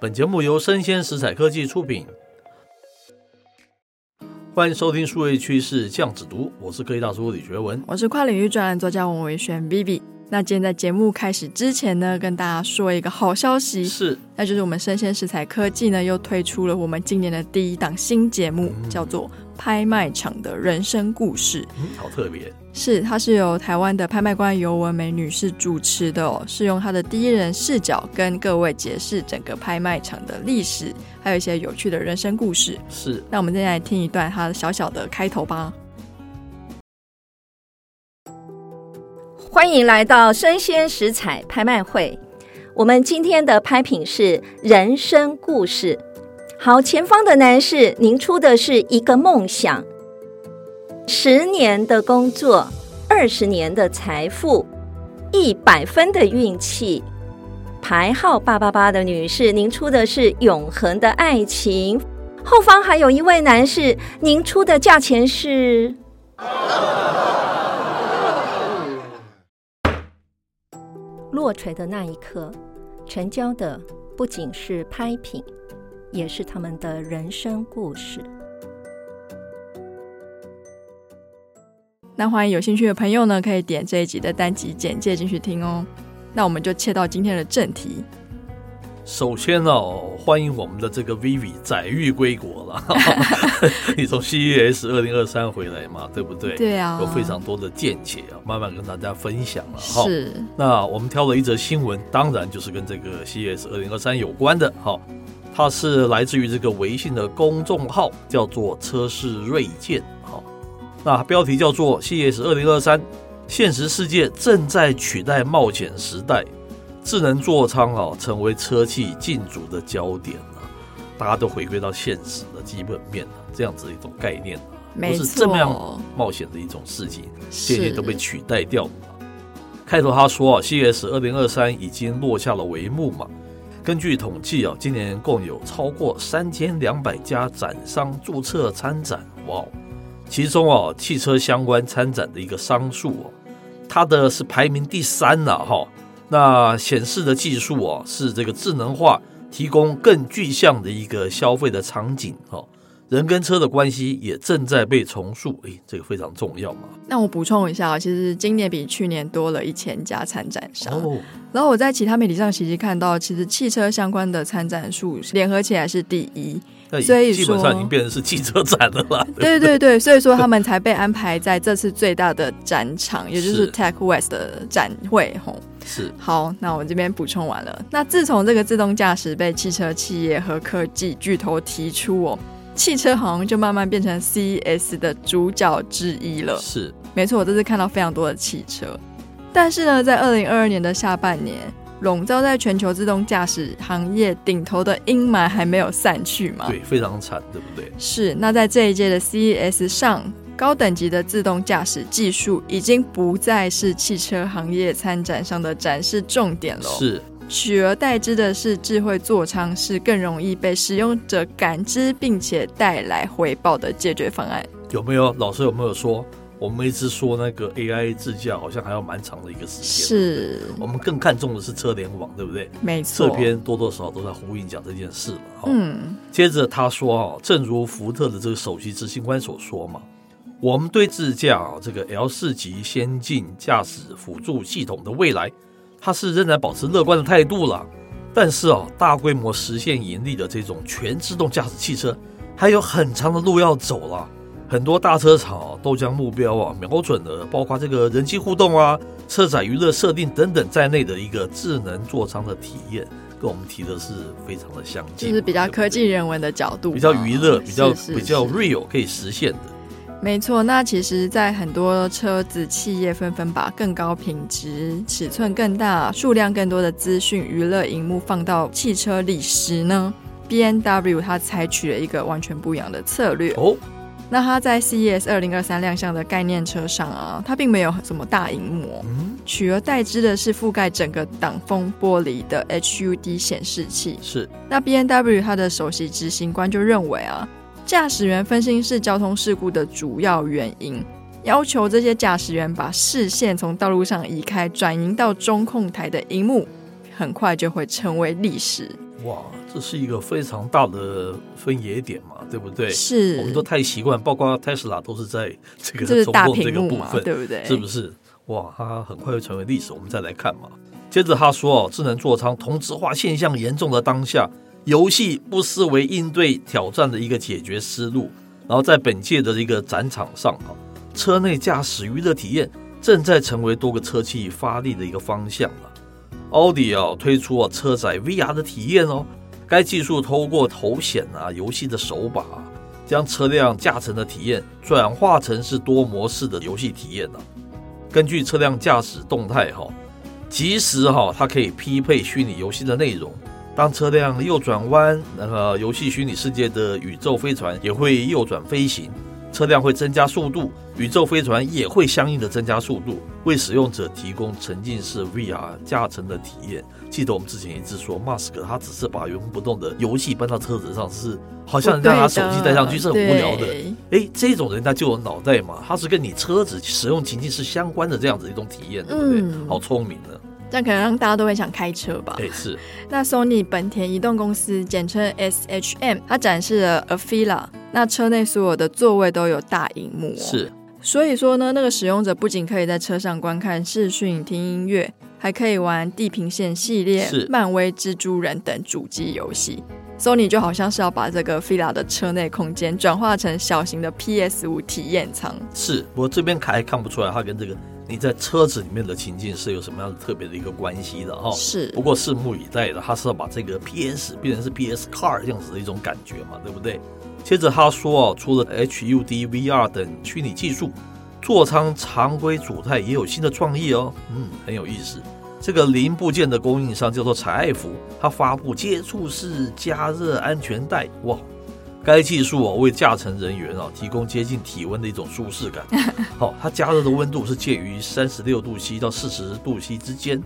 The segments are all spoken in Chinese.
本节目由生鲜食材科技出品，欢迎收听数位趋势酱子读，我是科技大叔李学文。我是跨领域专栏作家王维轩 Vivi。那今天在节目开始之前呢，跟大家说一个好消息，是那就是我们生鲜食材科技呢又推出了我们今年的第一档新节目，叫做《拍卖场的人生故事》。嗯好特别，是，它是由台湾的拍卖官尤文美女士主持的哦，是用她的第一人视角跟各位解释整个拍卖场的历史，还有一些有趣的人生故事。是那我们现在来听一段她小小的开头吧。欢迎来到生鲜食材拍卖会。我们今天的拍品是人生故事。好，前方的男士，您出的是一个梦想，十年的工作，二十年的财富，一百分的运气。排号八八八的女士，您出的是永恒的爱情。后方还有一位男士，您出的价钱是落锤的那一刻，成交的不仅是拍品，也是他们的人生故事。那欢迎有兴趣的朋友呢，可以点这一集的单集简介进去听哦。那我们就切到今天的正题，首先哦，欢迎我们的这个 Vivi 载誉归国了。你从 CES 二零二三回来嘛，对不对？对啊有非常多的见解啊，慢慢跟大家分享了哈。是那我们挑了一则新闻，当然就是跟这个 CES 二零二三有关的哈、它是来自于这个微信的公众号，叫做车市锐见哈、那它标题叫做 CES 二零二三，现实世界正在取代冒险时代，智能座舱啊成为车企竞逐的焦点了、大家都回归到现实的基本面了、这样子一种概念、没不是这么样错，冒险的一种事情。渐是渐都被取代掉了。开头他说啊，CES 二零二三已经落下了帷幕嘛。根据统计啊，今年共有超过三千两百家展商注册参展，哇哦！其中啊，汽车相关参展的一个商数哦、它的是排名第三了、哈。那显示的技术哦、是这个智能化，提供更具象的一个消费的场景哦。人跟车的关系也正在被重塑，诶，这个非常重要嘛。那我补充一下哦，其实今年比去年多了一千家参展商。哦，然后我在其他媒体上其实看到，其实汽车相关的参展数联合起来是第 一。那所以基本上已说经变成是汽车展了啦。对对对，所以说他们才被安排在这次最大的展场，也就是是 Tech West 的展会。吼， 是好，那我这边补充完了。那自从这个自动驾驶被汽车企业和科技巨头提出哦，汽车好像就慢慢变成 CES 的主角之一了。是，没错，我这次看到非常多的汽车。但是呢，在二零二二年的下半年，笼罩在全球自动驾驶行业顶头的阴霾还没有散去嘛？对，非常惨，对不对？是。那在这一届的 CES 上，高等级的自动驾驶技术已经不再是汽车行业参展上的展示重点了。。哦是取而代之的是智慧座舱，是更容易被使用者感知并且带来回报的解决方案。有没有老师有没有说，我们一直说那个 AI 自驾好像还要蛮长的一个时间，，是，我们更看重的是车联网，对不对？没错。这边多多少少都在呼应讲这件事了哈。嗯，接着他说啊，正如福特的这个首席执行官所说嘛，我们对自驾啊这个 L 四级先进驾驶辅助系统的未来，它是仍然保持乐观的态度了。但是啊，大规模实现盈利的这种全自动驾驶汽车，还有很长的路要走了。很多大车厂啊都将目标啊瞄准了，包括这个人机互动啊、车载娱乐设定等等在内的一个智能座舱的体验，跟我们提的是非常的相近，就是比较对不科对技人文的角度嘛，比较娱乐、比较啊是是比较是 real 可以实现的，没错，那其实，在很多车子企业纷纷把更高品质、尺寸更大、数量更多的资讯娱乐荧幕放到汽车里时呢，B N W 它采取了一个完全不一样的策略。哦，那它在 C E S 二零二三亮相的概念车上啊，它并没有什么大荧幕哦、嗯，取而代之的是覆盖整个挡风玻璃的 H U D 显示器。是那 B N W 它的首席执行官就认为啊，驾驶员分心是交通事故的主要原因，要求这些驾驶员把视线从道路上移开，转移到中控台的荧幕，很快就会成为历史。哇，这是一个非常大的分野点嘛，对不对？是，我们都太习惯，包括 Tesla 都是在这这个是中大共这屏个幕部嘛，分，对不对？是不是？哇，它很快会成为历史，我们再来看嘛。接着他说哦，智能座舱同质化现象严重的当下，游戏不失为应对挑战的一个解决思路。然后在本届的一个展场上啊，车内驾驶娱乐体验正在成为多个车企发力的一个方向了、奥迪啊推出啊车载 VR 的体验哦，该技术透过头显啊、游戏的手把啊、将车辆驾乘的体验转化成是多模式的游戏体验啊。根据车辆驾驶动态哈、即时哈、它可以匹配虚拟游戏的内容。当车辆右转弯，那个游戏虚拟世界的宇宙飞船也会右转飞行，车辆会增加速度，宇宙飞船也会相应的增加速度，为使用者提供沉浸式 VR 驾乘的体验。记得我们之前一直说，Mask 他只是把原封不动的游戏搬到车子上，是好像人家拿手机带上去是很无聊的。对诶，这种人他就有脑袋嘛，他是跟你车子使用情境是相关的这样子一种体验，对不对？嗯啊好聪明呢，这样可能让大家都会想开车吧。诶，是那 Sony 本田移动公司，简称 SHM，它展示了 Avila，那车内所有的座位都有大荧幕、哦，。是，所以说呢，那个使用者不仅可以在车上观看视讯、听音乐，还可以玩《地平线》系列是、漫威、蜘蛛人等主机游戏。Sony 就好像是要把这个 Fila 的车内空间转化成小型的 PS 5体验舱，是我这边还看不出来，它跟这个你在车子里面的情境是有什么样的特别的一个关系的哈、是不过拭目以待了，他是要把这个 PS 变成是 PS Car 这样子的一种感觉嘛，对不对？接着他说哦，除了 HUD、VR 等虚拟技术，座舱常规主态也有新的创意哦，嗯，很有意思。这个零部件的供应商叫做采爱福，它发布接触式加热安全带，哇！该技术哦为驾乘人员哦提供接近体温的一种舒适感。 好、它加热的温度是介于三十六度 C 到四十度 C 之间。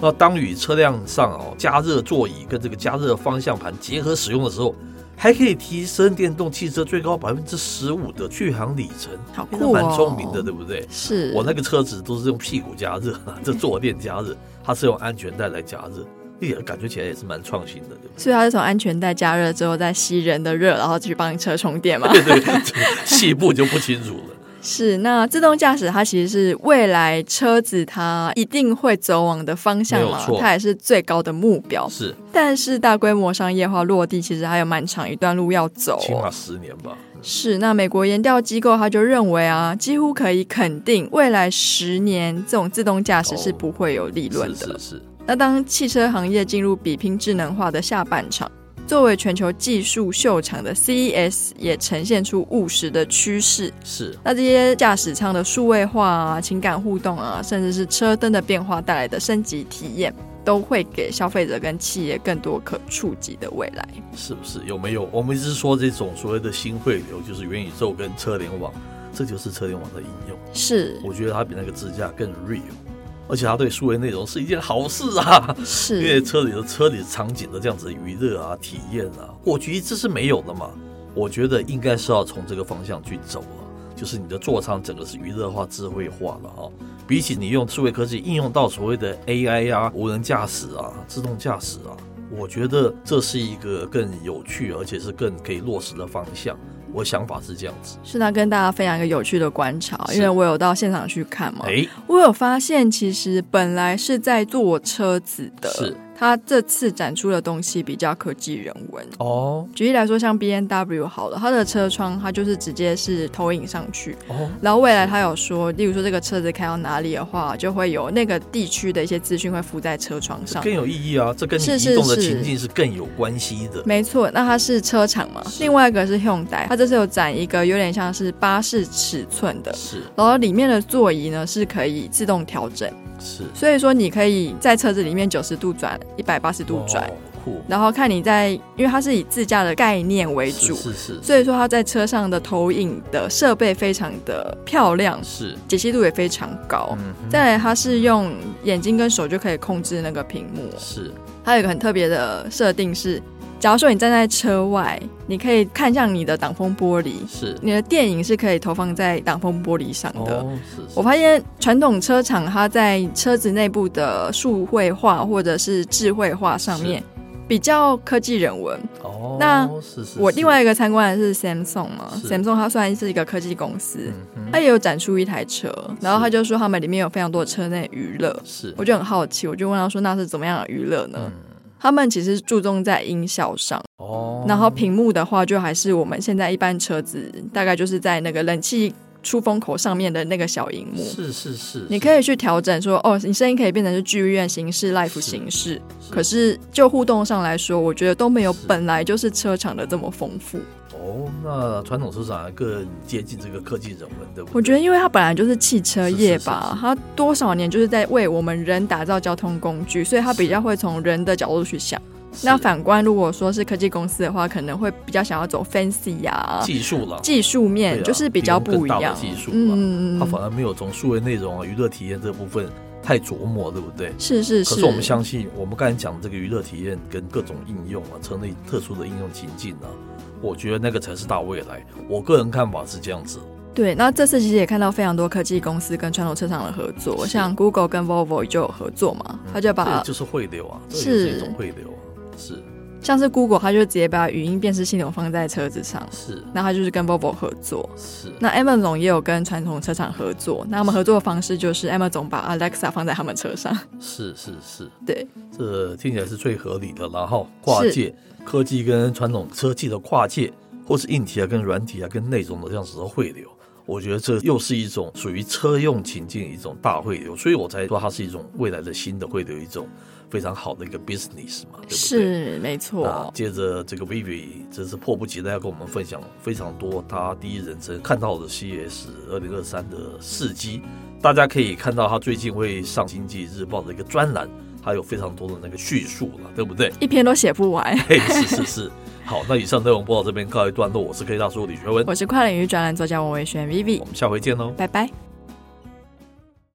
那当与车辆上哦加热座椅跟这个加热方向盘结合使用的时候，还可以提升电动汽车最高百分之十五的续航里程，好诶那酷蛮哦聪明的，对不对？是我那个车子都是用屁股加热， 这坐垫加热，它是用安全带来加热，一点感觉起来也是蛮创新的，所以它是从安全带加热之后再吸人的热，然后去帮车充电 嘛。对不对？对对，这 个细部就不清楚了。是，那自动驾驶它其实是未来车子它一定会走往的方向没有嘛错，它也是最高的目标。是，但是大规模商业化落地，其实还有蛮长一段路要走起哦、码十年吧。是，那美国研调机构他就认为啊，几乎可以肯定，未来十年这种自动驾驶是哦不会有利润是的。是是，那当汽车行业进入比拼智能化的下半场，作为全球技术秀场的 CES 也呈现出务实的趋势。是那这些驾驶舱的数位化啊、情感互动啊，甚至是车灯的变化带来的升级体验，都会给消费者跟企业更多可触及的未来。是不是有没有？我们一直说这种所谓的新汇流，就是元宇宙跟车联网，这就是车联网的应用。是我觉得它比那个支架更 real，而且它对数位内容是一件好事啊。因为是车里的车里场景的这样子的娱乐啊、体验啊，过去这是没有的嘛。我觉得应该是要从这个方向去走啊，就是你的座舱整个是娱乐化、智慧化了啊。比起你用智慧科技应用到所谓的 AI 啊、无人驾驶啊、自动驾驶啊，我觉得这是一个更有趣，而且是更可以落实的方向。我想法是这样子，是，那跟大家分享一个有趣的观察，是因为我有到现场去看嘛，哎，我有发现其实本来是在做车子的，是它这次展出的东西比较科技人文。哦举例来说，像 B N W 好了，它的车窗它就是直接是投影上去，哦，然后未来他有说，例如说这个车子开到哪里的话，就会有那个地区的一些资讯会附在车窗这上更。有意义啊！这跟你是移是动的是情境是更有关系的。没错，那它是车厂嘛，是另外一个是 Hyundai，它这次有展一个有点像是巴士尺寸的，是然后里面的座椅呢是可以自动调整，是，所以说你可以在车子里面九十度转、一百八十度转，哦酷然后看你在，因为它是以自驾的概念为是主，是是所以说它在车上的投影的设备非常的漂亮，是，解析度也非常高。嗯哼，再来，它是用眼睛跟手就可以控制那个屏幕。是它有一个很特别的设定是，假如说你站在车外，你可以看向你的挡风玻璃，是你的电影是可以投放在挡风玻璃上的。哦，是是我发现传统车厂它在车子内部的数绘化或者是智慧化上面比较科技人文。哦，那是是我是另外一个参观的是 Samsung 嘛是，Samsung 它虽然是一个科技公司，嗯哼它也有展出一台车，然后是他就说他们里面有非常多的车内娱乐，是嗯我就很好奇，我就问他说那是怎么样的娱乐呢？他们其实注重在音效上，哦，然后屏幕的话就还是我们现在一般车子大概就是在那个冷气出风口上面的那个小荧幕。是是是，你是可以去调整说，哦，你声音可以变成是剧院形式、live 是形式，可是就互动上来说，我觉得都没有本来就是车厂的这么丰富。哦，那传统市场更接近这个科技人文，对不对？我觉得，因为它本来就是汽车业吧，是是是是它多少年就是在为我们人打造交通工具，所以它比较会从人的角度去想。是那反观，如果说是科技公司的话，可能会比较想要走 fancy 呀、技术了，技术面，对啊就是比较提供不更一大的样。技术啊嗯它反而没有从数位内容啊、娱乐体验这部分太琢磨，对不对？是是是。可是我们相信，我们刚才讲的这个娱乐体验跟各种应用啊，车内特殊的应用情境啊，我觉得那个才是大未来。我个人看法是这样子，对，那这次其实也看到非常多科技公司跟传统车厂的合作，是像 Google 跟 Volvo 就有合作嘛，它就嗯这把个就是汇流啊，这个是也是一种汇流啊，是像是 Google，它就直接把语音辨识系统放在车子上，是那它就是跟 Volvo 合作。是，那 Amazon 也有跟传统车厂合作，那他们合作的方式就是 Amazon 把 Alexa 放在他们车上，是是是，对，这听起来是最合理的然后跨界科技跟传统科技的跨界，或是硬体啊、跟软体啊、跟内容的这样子的汇流，我觉得这又是一种属于车用情境的一种大汇流，所以我才说它是一种未来的新的汇流，一种非常好的一个 business 嘛，对不对？是没那错，啊接着这个 Vivi 真是迫不及待要跟我们分享非常多他第一人称看到的 CES 二零二三的事迹。大家可以看到他最近会上《经济日报》的一个专栏，还有非常多的那个叙述了，对 不对？一篇都写不完。嘿，是是是。好，那以上内容播到这边告一段落，我是 K 大叔李学文，我是跨领域专栏作家王维轩 Vivi，我们下回见喽。哦拜拜。